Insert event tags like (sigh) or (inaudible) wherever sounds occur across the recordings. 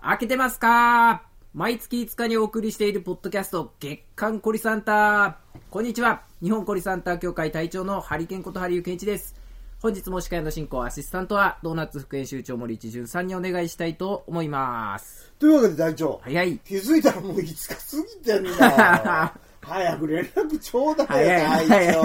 開けてますか毎月5日にお送りしているポッドキャスト月刊コリサンタこんにちは日本コリサンタ協会隊長のハリケンことハリウケンイチです本日も司会の進行アシスタントはドーナツ副編集長森一潤さんにお願いしたいと思いますというわけで隊長、早い気づいたらもう5日過ぎて (laughs) んだよ早く連絡ちょうだいよ早い隊早い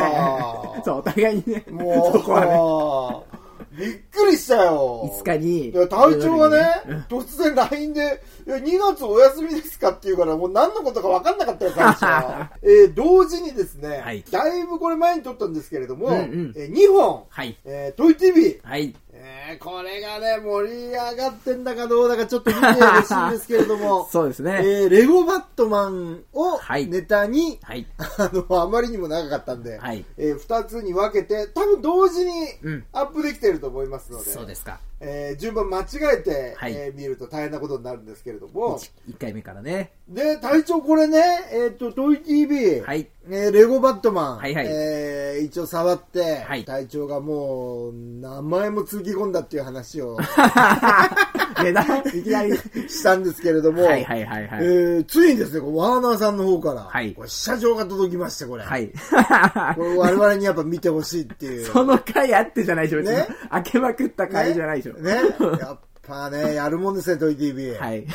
(laughs) 長そうお互いにねも (laughs) うそこはねびっくりしたよ5日にいや隊長がね突然 LINE で「いや2月お休みですか?」って言うからもう何のことか分かんなかったよ (laughs) 隊長、えー同時にですね、はいだいぶこれ前に撮ったんですけれども、うんうんえ2本、はいえー、トイ TV はいえー、これがね、盛り上がってんだかどうだかちょっと見てほしいんですけれども、 (laughs) そうですね、えー、レゴバットマンをはいネタに、はいあの、あまりにも長かったんで、はいえー、二つに分けて、多分同時うにんアップできてると思いますので、そうですかえー順番間違えて、はいえー見ると大変なことになるんですけれども、 1回目から (laughs) ねで、隊長これね、えっ、と、トイ TV、はいえーレゴバットマン、はいはいえー一応触って、はい隊長がもう、名前もつぎ込んだっていう話をえないきなりしたんですけれども、はいはいはいはいえーついにですね、こうワーナーさんの方から、はいこれ社長が届きまして、これ。はい。 (laughs) これ我々にやっぱ見てほしいってい (laughs) う。その回あってじゃないでしょ、別にね開けまくった回じゃないでしょ。ね。ねやっぱね、やるもんですね、トイ TV。 (laughs) はい。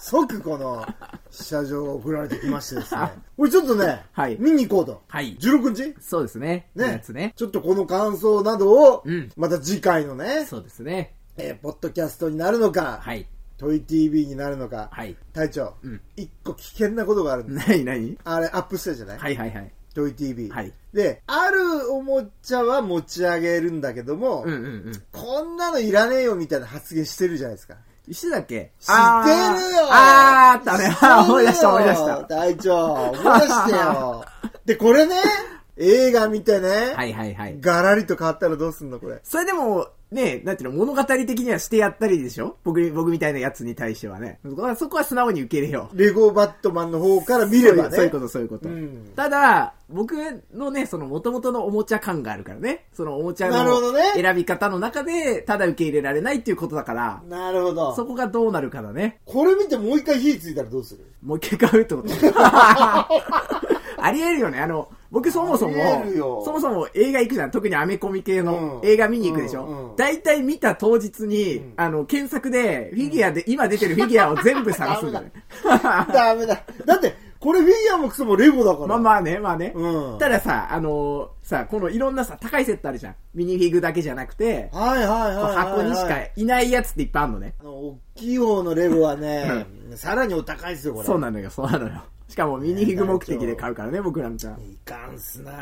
即この、社長が送られてきましてですね。これちょっとね、はい見に行こうと。はい16日そうですね。ねやつね。ちょっとこの感想などを、うんまた次回のね、そうですね。えーポッドキャストになるのか、はい。トイ TV になるのか、はい。隊長、うん一個危険なことがあるんです。なになにあれ、アップしたじゃない、はいはいはい。トイ TV、はいで、あるおもちゃは持ち上げるんだけども、うんうんうん。こんなのいらねえよみたいな発言してるじゃないですか。石だっけ知ってるよあーあーあったね (laughs) 知ってる。よ思い出した思い出した。隊長、思い出してよ。 (laughs) で、これね、映画見てね、はいはいはい。ガラリと変わったらどうすんのこれ。それでも、ねなんていうの、物語的にはしてやったりでしょ僕に、僕みたいなやつに対してはね。そこはそこは素直に受け入れよう。レゴバットマンの方から見ればね。そういうこと、そういうこと。うんただ、僕のね、その元々のおもちゃ感があるからね。そのおもちゃなるほのどね選び方の中で、ただ受け入れられないっていうことだから、なるほそど。こがどうなるかだね。これ見てもう一回火ついたらどうするもう一回買うってことありえるよね。あの、僕そもそあもりえるよ、そもそも映画行くじゃん。特にアメコミ系のうん映画見に行くでしうんうょん。大体見た当日に、あの、検索で、フィギュアで、今出てるフィギュアを全部探すんだね。ダメだ。だって、これフィギュアもクソもレゴだから。 (laughs) まあまあね、まあね。うんたださ、あのーさ、このいろんなさ、高いセットあるじゃん。ミニフィグだけじゃなくて、はいはいはいはい、はい。箱にしかいないやつっていっぱいあるのね。あの、大きい方のレゴはね、さらにお高いですよ、これ。そうなのよ、そうなのよ。しかもミニフィグ目的で買うからね、僕なんか。いかんすな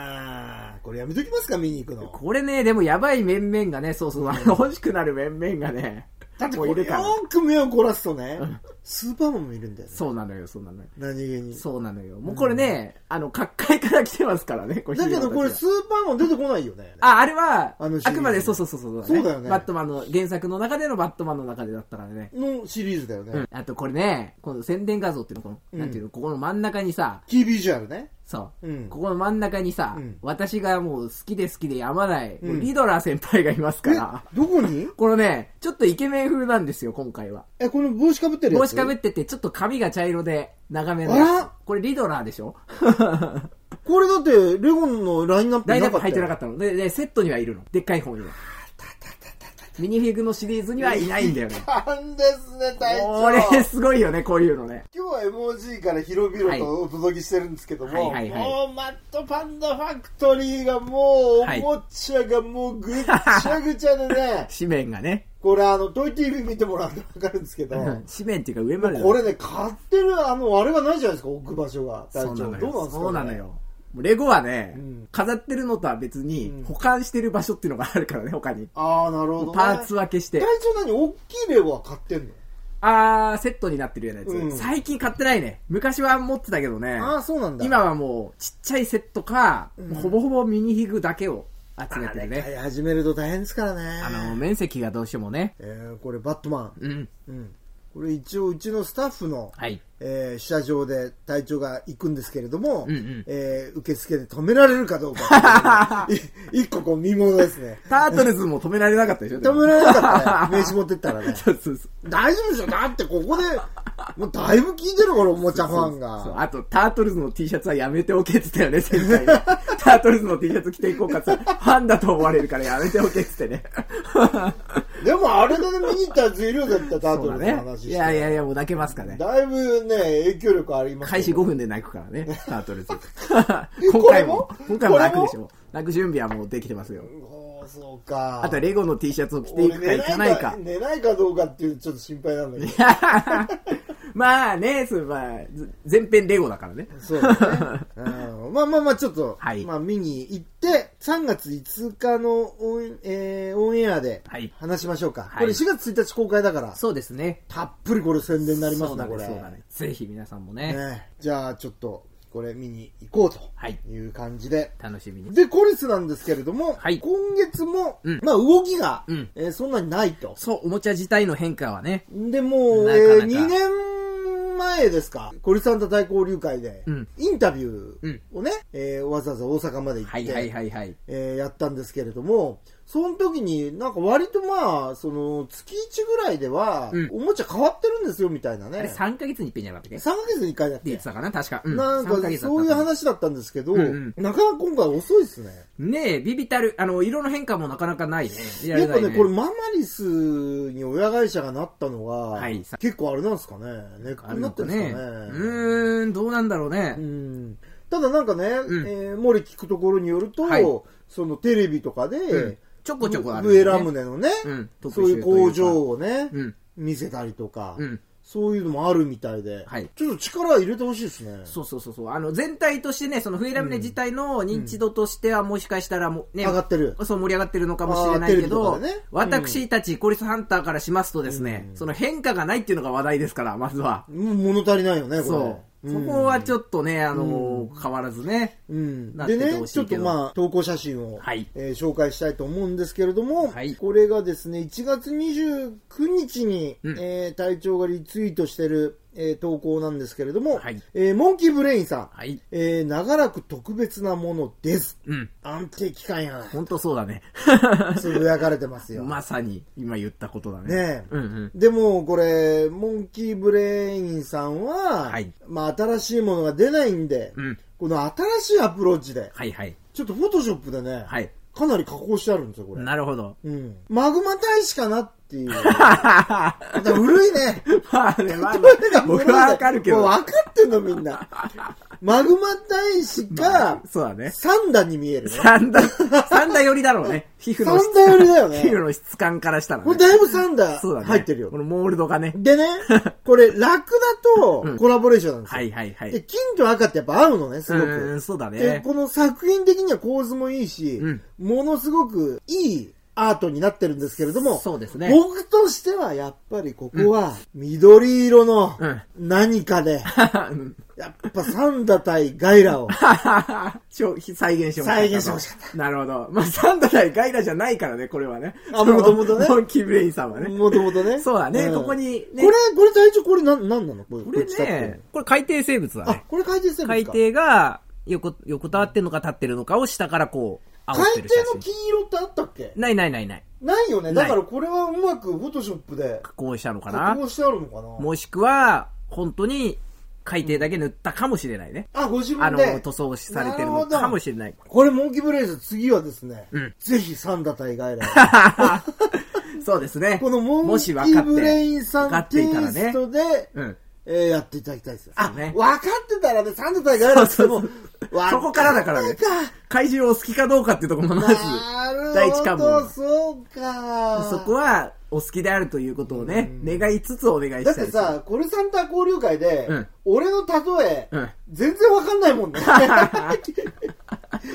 あこれやめときますか、見に行くの。これね、でもやばい面々がね、そうそう、あの欲しくなる面々がね、だってもうこいれるから。よく目を凝らすとね、スーパーマンもいるんだよね。そうなのよ、そうなのよ。何気に。そうなのよ。もうこれね、あの、各界から来てますからね、これだけどこヒーローれたちスーパーマン出てこないよね。があ、あれは、ああのシリーズくまで、そうそうそうそう、そうだよねバットマンの、原作の中でのバットマンの中でだったからね。のシリーズだよね。うんあとこれね、この宣伝画像っていうの、この、なんていうの、ここの真ん中にさ、キービジュアルね。そう、うんここの真ん中にさ、うん私がもう好きで好きでやまない、うんリドラー先輩がいますかえら、、どこにこのね、ちょっとイケメン風なんですよ、今回は。え、この帽子かぶってるやつ帽子かぶってて、ちょっと髪が茶色で、長めのあら。これリドラーでし (laughs) ょこれだって、レゴンのラインナップライにンナなップ入かったよってなかったの。で、で、セットにはいるの。でっかい方には。ミニフィグのシリーズにはいないんだよね。なんですね、隊長。これすごいよね、こういうのね。今日は MOG から広々とお届けしてるんですけども、はいはいはいはいもうマットパンダファクトリーがもう、おはい、もちゃがもうぐっちゃぐちゃでね (laughs) 紙面がね。これあの、トイ TV 見てもらうとわかるんですけど、うん紙面っていうか上までだね。これね、買ってるあの、あれがないじゃないですか、置く場所が。大そう丈な夫。どうなのんですかよ。ねそうなの。よ。レゴはね、うん飾ってるのとは別にうん、保管してる場所っていうのがあるからね、他に。ああ、なるほど、ね。パーツ分けして隊。長何大きいレゴは買ってんのあー、セットになってるようなやつ、うん最近買ってないね。昔は持ってたけどね。ああ、そうなんだ。今はもう、ちっちゃいセットか、んほぼほぼミニヒグだけを集めてるあれね。買い始めると大変ですからね。あの、面積がどうしてもね。えー、これ、バットマン。うん。うん。これ一応うちのスタッフの、はい。えー、試写場で隊長が行くんですけれども、うんうんえー受付で止められるかどうかってい (laughs) うのがい一個こう見ものですね。タートルズも止められなかったでしょで止もめられなかったね。名刺持ってったら (laughs) ね。そうそうそう。大丈夫でしょだってここで、もうだいぶ聞いてるから、おもちゃファンそうが。あと、タートルズの T シャツはやめておけって言ったよね、 (laughs) 前回ね。タートルズの T シャツ着ていこうかって言ったらファンだと思われるからやめておけって言 (laughs) ってね。でもあれで見に行ったやついるよ、絶対ターそトうルズのだね話。して。いやいやいや、もう泣けますからね。だいぶね、影響力あります開始けど5分で泣くから (laughs) ね、タートルズ。今これ回もも、今回も泣くでこしょ。泣く準備はもうできてますよ。おーそうか。あとはレゴの T シャツを着てい俺くか寝いないかかないか。寝ないかどうかっていうちょっと心配なんだけど。まあね、それまあ、ず全編レゴだからね。そうですね。 (laughs) うんまあまあまあ、ちょっと、はいまあ見に行って、3月5日のオン,、えーオンエアではい話しましょうか。はいこれ4月1日公開だから、そうですね。たっぷりこれ宣伝になりまそすうね、だこね、れ。そうだね。ぜひ皆さんもね、ねじゃあちょっと、これ見に行こうとはいいう感じで。楽しみに。で、コリスなんですけれども、はい今月も、うんまあ動きが、うんえーそんなにないと。そう、おもちゃ自体の変化はね、で、もう、なかなえか2年前ですか、コリサンタ大交流会で、うんインタビューをね、えーわざわざ大阪まで行って、はいはいはいはい。えーやったんですけれども、その時になんか割とまあ、その月1ぐらいでは、うんおもちゃ変わってるんですよみたいなあれね。3 3ヶ月に一遍じゃなかったっけってヶ月に1回だっ言けってたかな確か。うん、なん3ヶか月だったそういう話だったんですけど、うんうんなかなか今回遅いですね。ねえ、ビビたる、あの、色の変化もなかなかないね。見らやれなっぱいね、これママリスに親会社がなったのが、はい結構あれなんですかね。ネックになってるんですかね。うーん、どうなんだろうねう。んただなんかね、うんえー漏れ聞くところによると、はいそのテレビとかで、うんちょこちょこある、上ラムネのね、うん特集そういうという工か場をね、うん。見せたりとか、うん。そういうのもあるみたいで、はいちょっと力入れてほしいですね。そうそうそうそう。あの、全体としてね、そのフエラムネ自体の認知度としては、もしかしたらもうね、上がってる。そう盛り上がってるのかもしれないけあど、ーテレビとかでね私たちコリスハンターからしますとですね、うんその変化がないっていうのが話題ですから、まずは。うん物足りないよね、これ。そう。そんこはちょっとね、あのー変わらずね。うん、なっでててね、ほしちょいっけとどまあ、投稿写真を、はいえー紹介したいと思うんですけれども、はいこれがですね、1月29日に、うんえー隊長がリツイートしてる、えー投稿なんですけれども、はいえーモンキーブレインさん、はい。えー長らく特別なものです。うん。安定期 (laughs) 間やほんとそうだね。な。つぶやかれてます (laughs) よ。まさに、今言ったことだね。ねえうんうん。でも、これ、モンキーブレインさんは、はいまあ、新しいものが出ないんで、うん。この新しいアプローチで、はいはい。ちょっとフォトショップでね、はい。かなり加工してあるんですよ、これ。なるほど。うん。マグマ大使かなっ (laughs) ていう。また古いね。まあ (laughs) ね、まあ、ど (laughs) れが古い僕んだはわかるけもうど。分かってんのみ (laughs) んな。マグマ大使か、そうだね。サンダに見えるね。サンダ、サンダ寄りだろうね。皮膚の質サンダ寄りだよね皮 (laughs) 膚の質感からしたらこれね。だいぶサンダそうだね。入ってるよこ。のモールドがね。でね、これラクダとコラボレーションなんですよ。はいはいはい。で、金と赤ってやっぱ合うのね、すごうくん、。そうだで、ね。この作品的には構図もいいしうん、ものすごくいいアートになってるんですけれども、そうですね。僕としてはやっぱりここは緑色のうん何 (laughs) かで、うんやっぱサンダ対ガイラを、 (laughs) 消費再現してほしかった。再現してほしかった。なるほど。まあ、サンダ対ガイラじゃないからね、これはね。あもともとねモンキーブレインさんはね。もともとね。そうだね、んここ。にこね。れ、これ隊長、これなん、なんなのこれ、これこっちだってね、これ海底生物だあね。、これ海底線です海か底が横、横たわってるのか立ってるのかを下からこう、煽って海る写底の真。金色ってあったっけないないないない。ないよなね。いだからこれはうまくフォトショップで加工したのか加な。工してあるのかなもしくは、本当に海底だけ塗ったかもしれないね。あ、ご自あ分ので、。塗装されてるのかもしれない。 (laughs) これ、モンキーブレイズ、次はですね、うんぜひサンダ対ガイ (laughs) ラを。そうですね。このモンもキし分かーってブレインさ分かんってテイいたらねストで、うん。えーやっていただきたいです。あ、そうね分かってたらね、サンダ対ガイラって言ってもそうそこからだからね分かんないか怪獣を好きかどうかっていうところもまず、なるほど。第一関門そうか。そこはお好きであるということをね、願いつつお願いだしったいてですね。さ、コルサンタ交流会で、うん俺の例え、うん全然分かんな (laughs) いもんね。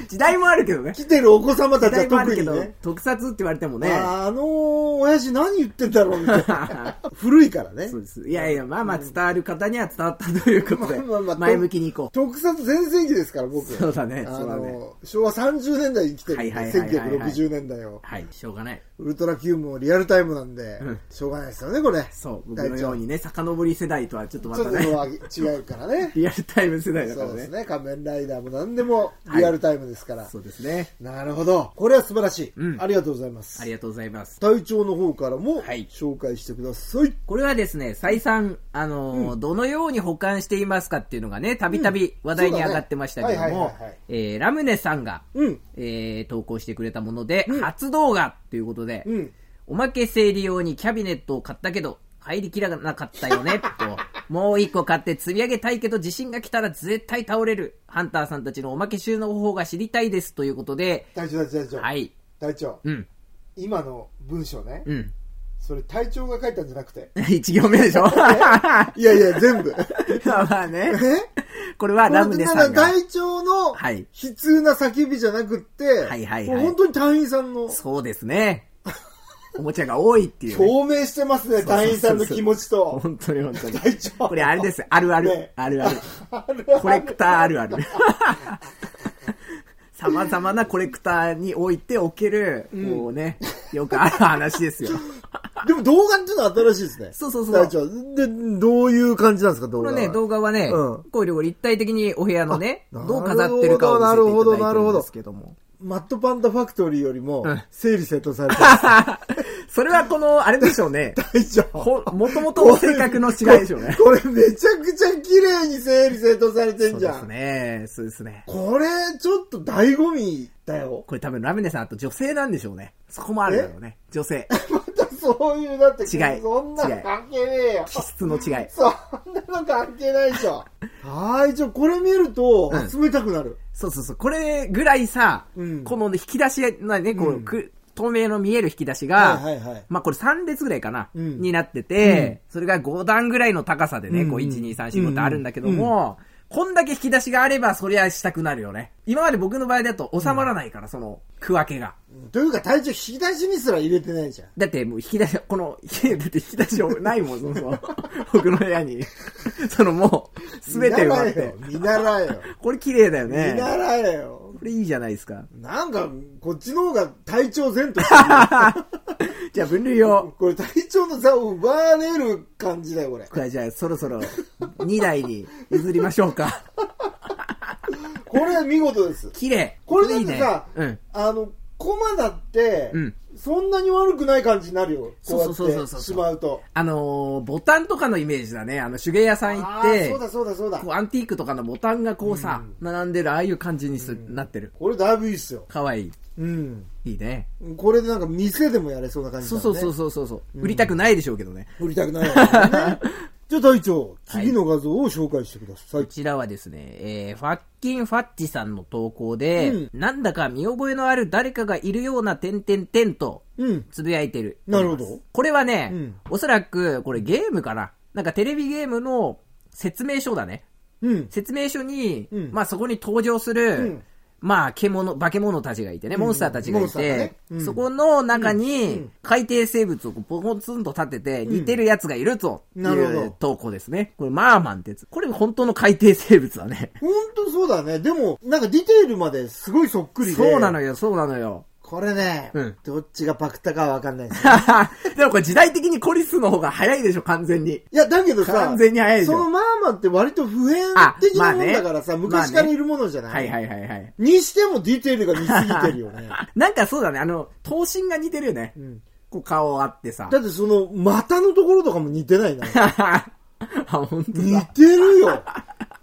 時代もあるけどね。来てるお子様た時代ちはもある特けにどね。、特撮って言われてもね。ああのー親父何言ってんだろうみたいな。 (laughs) 古いからねそ。うです。いやいや、まあまあ伝わる方には伝わったということでまあまあまあ、前向きに行こ特撮全盛期ですから、僕。そうだねあそうだのね昭和30年代に生きてるんで、はいはいはいはいはい1960年代をう。。はい、しょうがない。ウルトラ Q もリアルタイムなんで、うんしょうがないですよね、これ。そう、僕のようにね、遡り世代とはちょっとまちょったとね、。違うからね (laughs) リアルタイム世代だかそらうですね。ね。仮面ライダーも何でもリアルタイムですから。そうですね。なるほど。これは素晴らしい。うんありがとうございますあ。りがとうございます。隊長の方からもはい紹介してください。これはですね、再三、あのーどのように保管していますかっていうのがね、たびたび話題に上がってましたけどうんそうだもねはいはいはいはい、えーラムネさんが、うん。えー投稿してくれたもので、うん初動画ということで、うん。おまけ整理用にキャビネットを買ったけど、入りきらなかったよ (laughs) ね、と。もう一個買って積み上げたいけど、地震が来たら絶対倒れる。ハンターさんたちのおまけ収納方法が知りたいです。ということで、隊長、隊長、隊長。はい。隊長、うん、今の文章ね、うん。 (laughs) それ隊長が書いたんじゃなくて。一行目でしょ (laughs) まいやい (laughs) や、全部。あ (laughs) ね。 (laughs) これはラムネさんこれだがか。ら隊長のはい悲痛な叫びじゃなくって、はいはいはいもう本当に隊員さんの、そうですね。おもちゃが多いっていうね、共鳴してますね、隊員さんの気持ちと。本当に本当に。隊長。これあれです。あるある。ねあるある。あるあるコレクターあるある。 (laughs) さまざまなコレクターに置いておける、こうね、よくある話ですよ。でも動画っていうのは新しいですね。そうそうそう隊長。で、どういう感じなんですか、動 (laughs) こ画のは。ね、動画はね、うんこういう立体的にお部屋のね、あどう飾ってるかを見せていただいてるんですけども。マットパンダファクトリーよりもうん、整理整頓されてま (laughs) それはこの、あれでしょうね。(laughs) す。隊長。ほ、もともとの性格の違いでしょうね。これめちゃくちゃ綺麗に整理整頓されてそんうじでゃすん。ね。そうですね。これ、ちょっと醍醐味だよ。これ多分ラムネさんあと女性なんでしょうね。そこもあるだろうね。女性。 (laughs) またそういう、だって、違いそんな違のい関係ねえよ。気質の (laughs) 違い。そんなの関係ないで (laughs) しょ。はい、じゃあこれ見るとうん、集めたくなる。そうそうそう。これぐらいさ、うんこの引き出しがね、こうのんく、透明の見える引き出しが、はいはいはい。まあこれ3列ぐらいかな、うんになってて、それが5段ぐらいの高さでね、こううんうん1、2、3、4、5ってあるんだけども、こんだけ引き出しがあれば、そりゃしたくなるよね。今まで僕の場合だと収まらないから、その区分けが。というか、隊長、引き出しにすら入れてないじゃん。だってもう引き出し、この、 (laughs) だって引き出しないもん、その、その僕の部屋に。 (laughs) そのもう、すべて埋まっ見習えよて。。見習 (laughs) えよ。これ綺麗だよ見ね。習えよ。これいいじゃないですか。 (laughs) なんか、こっちの方が隊長前としてるじゃあ分類を。これ隊長の座を奪われる感じだよ、これ。これじゃあそろそろ2台に譲りましょうか。 (laughs) これ見事です。綺麗。これだってさいいねあの、コマだって、うん。うん。そんなに悪くない感じになるよ。こうやそうそうそうっそうてしまうと。あのーボタンとかのイメージだね。あの、手芸屋さん行あっあ、てそう、だそうだそうだこ。うアンティークとかのボタンがこうさ、並んでるああいう感じにす、なってる。これだいぶいいっすよ。かわいい。うん。いいね。これでなんか店でもやれそうな感じだそね。うそうそうそうそうそう、売りたくないでしょうけどね。売りたくない (laughs) よね。じゃあ隊長、はい次の画像を紹介してください。こちらはですね、えー、ファッキンファッチさんの投稿で、うんなんだか見覚えのある誰かがいるような点々点と、うん。つぶやいてる。なるほど。これはね、うんおそらく、これゲームかななんかテレビゲームの説明書だね。うん。説明書に、うんまあそこに登場する、うんまあ獣、化け物たちがいてね、モンスターたちがモいンスターがてね、うんそこの中に、うん海底生物をこうポコンツンと立てて、似てるやつがいると、いなるほどう投稿ですね。これマーマンってやつ。これ本当の海底生物だね。ほんとそうだね。でも、なんかディテールまですごいそっくりで。そうなのよ、そうなのよ。 (laughs) これね、うんどっちがパクったかはわかんないです。でもこれ時代的にコリスの方が早いでしょ、完全に。いや、だけどさ、完全に早いじゃんそのまあまあって割と普遍的なもんだからさ、あまあね昔からいるものじゃない、はいはいはいはい。にしてもディテールが似すぎてるよね。 (laughs) なんかそうだね、あの、頭身が似てるよね。んこう顔あってさだ。ってその、股のところとかも似てないな。 (laughs) あ、本当似だ。てるよ。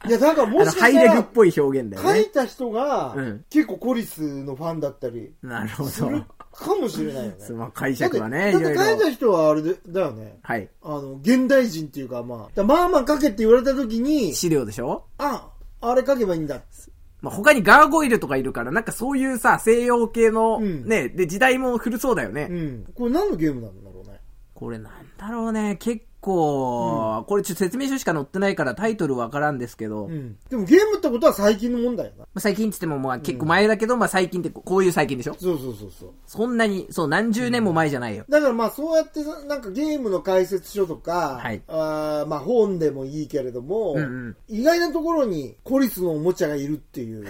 いや、だからあもの、しハかイしたレグっら、ぽい表現だよ書ねい。た人が、うん結構コリスのファンだったりなるほするど。かもしれないよね。その解釈はね、いだってろいろだって。書いた人はあれでだよね。はい。あの、現代人っていうかまあ、だからまあまあ書けって言われた時に、資料でしょあ、あれ書けばいいんだ。まあ、他にガーゴイルとかいるから、なんかそういうさ、西洋系の、うんね、で、時代も古そうだよね。うん。これ何のゲームなんだろうね。これなんだろうね、結構、これちょっと説明書しか載ってないからタイトルわからんですけど、まん。でもゲームってことは最近のもんだよな。あ最近って言ってもまあ結構前だけど、まあ最近ってここういう最近でしょそうそうそうそう。そんなに、そう、何十年も前じゃないよ。だからまあそうやってさなんかゲームの解説書とか、はいあーまあ本でもいいけれども、うんうん意外なところにコリスのおもちゃがいるっていう、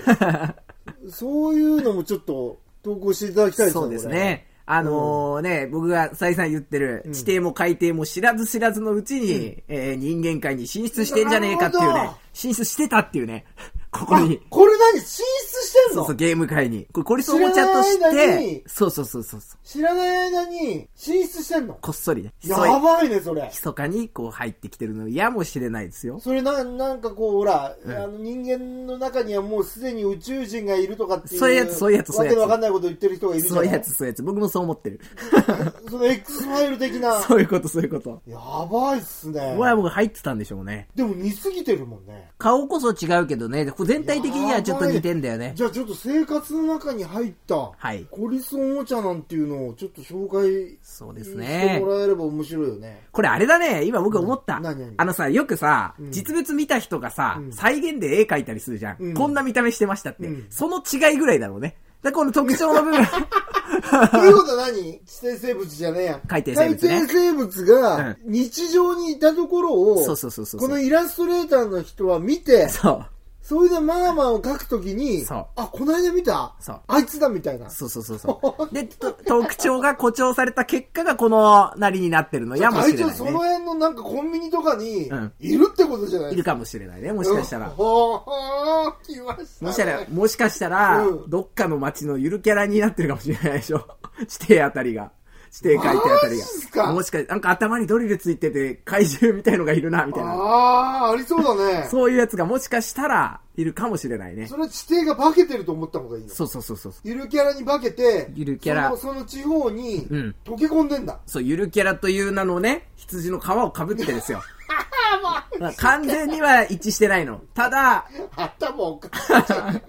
そういうのもちょっと投稿していただきたいですね。そうですね。あのーね、僕が再三言ってる、地底も海底も知らず知らずのうちに、えー人間界に進出してんじゃねえかっていうなるねほど、進出してたっていうね、 (laughs) ここにあ、これ何進出してんそのうそう、ゲーム界に。これ、コリスおもちゃとし知らない間にて、そうそうそうそうそう、知らない間に進出してんのこっそりね、ひやそい、ばいね、それひ。そかにこう入ってきてるの、やもしれないですよ。それな、なんかこう、ほら、あの人間の中にはもうすでに宇宙人がいるとかっていう。そういうやつそういうやつそういうやつわけわかんないこと言ってる人がいるじゃん。そういうやつ、そういうやつ。僕もそう思って (laughs) る。その X ファイル的な。そういうこと、そういうこと。やばいっすね。これは僕入ってたんでしょうね。でも似すぎてるもんね。顔こそ違うけどね、こう全体的にはちょっと似てんだよね。じゃあちょっと生活の中に入った、はいコリスおもちゃなんていうのをちょっと紹介そうですしてねも。らえれば面白いよね。これあれだね、今僕思った。うん何何あのさ、よくさ、ん実物見た人がさ、ん再現で絵描いたりするじゃん。うんこんな見た目してましたって。うんその違いぐらいだろうね。だからこの特徴の部 (laughs) 分。ということは何地底生物じゃねえや。海底生物ね海底生物が日常にいたところを、そうそうそうそうこのイラストレーターの人は見て、そう。それでマーマーを描くときに、そうあ、この間見たそうあいつだみたいな。そうそうそうそう。で、と特徴が誇張された結果がこのなりになってるのやもあしいれつない、はね。その辺のなんかコンビニとかにうんいるってことじゃないいでるすか。かもしれないね、もしか (laughs) したら。おー、来ました、ね。もしかしたら、もしかしたら、うんどっかの街のゆるキャラになってるかもしれないでしょ。 (laughs) 地底あたりが。地底海底あたりマジっすかが。もしかなんか頭にドリルついてて、怪獣みたいのがいるな、みたいな。ああ、ありそうだね。そそういうやつがもしかしたら、いるかもしれないね。れは地底が化けてると思った方がいいの。そうそうそうそう。ゆるキャラに化けて、ゆるキャラそのその地方にうん溶け込んでんだ。そう、ゆるキャラという名のね、羊の皮をかぶってですよ。まあ完全には一致してないの。ただ、頭おかしい (laughs) じゃん。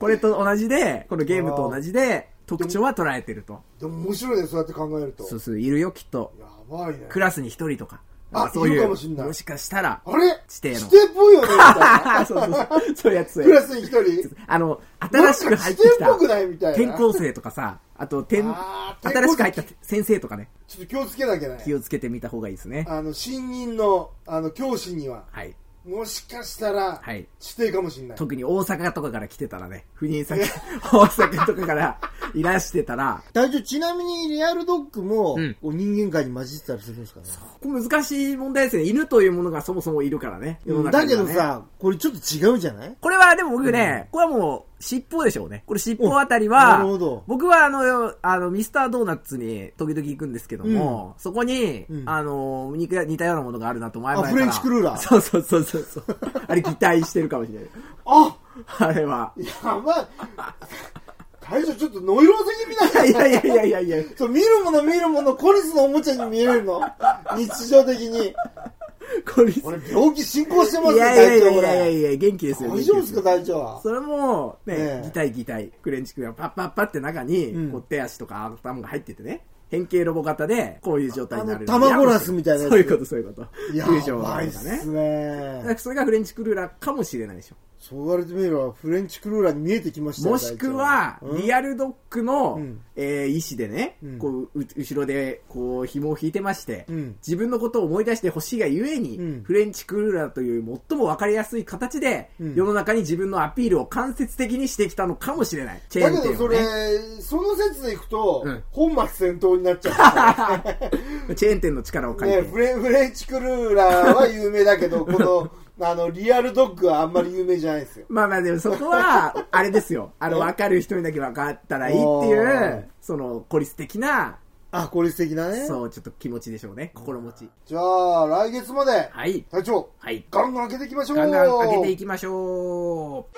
これと同じで、このゲームと同じで、特徴は捉えてると。でも面白いね、そうやって考えると。そうそう、いるよ、きっと。やばいね。クラスに一人とか。あなんそうい。いうるかもしんないもしかしたら。あれ地底の。っぽいよね、みたいな (laughs) そうそうそう。そういうやつ。そうい (laughs) クうやラつスに一人。あの、新しく入ってきなんか地底っぽくたないみたいな。転校生とかさ、あと転、あー新しく入った先生とかね、ちょっと気をつけなきゃね。気をつけてみた方がいいですね。あの、新任の、あの、教師には、はい。もしかしたら、はい地底かもしんない。特に大阪とかから来てたらね、不妊先、 (laughs) 大阪とかからいらしてたら、大丈夫。ちなみに、リアルドッグも、うんこう人間界に混じってたりするんですかね。ここ難しい問題ですね。犬というものがそもそもいるからね。世のうん中だにけはどね。さ、これちょっと違うじゃ (laughs) ないこれはでも僕ね、これはもう尻尾でしょうね。これ尻尾あたりおなはるほど、僕はあの、あの、ミスタードーナツに時々行くんですけども、そこに、うんあの、似た似たようなものがあるなと前々からあフレンチクルーラーそうそうそうそうそう。あれ期待してるかもしれない。ああれ (laughs) は。やばい。大将ちょっとノイローゼ気味なんだいやいやいやいやいや。そう見るもの見るもの、コリスのおもちゃに見える (laughs) の。日常的に。これ、い俺、病気進行してますね、やいやいや大長いこやれ。いや元気ですよ。大丈元夫で気すか、大長は。それも、ねえ、え擬態擬態。フレンチクルーラーパッパッパって中に、うんこう手足とか頭が入っててね。変形ロボ型で、こういう状態になる。あの卵ラスみたいなやつそういうこと、そういうこと。やフュージョンばいっとかすね。だかねら。それがフレンチクルーラーかもしれないでしょ。 (laughs) そう言われてみれば、フレンチクルーラーに見えてきましたよもしくは、大腸リアルドッグのうん、えー、意志でねうん、こう、う後ろで、こう、紐を引いてましてうん、自分のことを思い出してほしいがゆえうんに、フレンチクルーラーという最もわかりやすい形でうん、世の中に自分のアピールを間接的にしてきたのかもしれない。チェーだンけど店そをねれ。、その説でいくと、うん本末転倒になっちゃ (laughs) チェーン店の力をう。借りね、て、フレフレンチクルーラーは有名だけど、こ (laughs) の、あの、リアルドッグはあんまり有名じゃないですよ。まあまあでもそこ (laughs) はあれですよあのえ分かる人にだけ分かったらいいおっていーうその孤立的なあ、これ素敵だねそうちょっと気持ちでしょうね心持ちじゃあ、来月まで、はい隊長、はいガンガン開けていきましょう。ガンガン上げていきましょう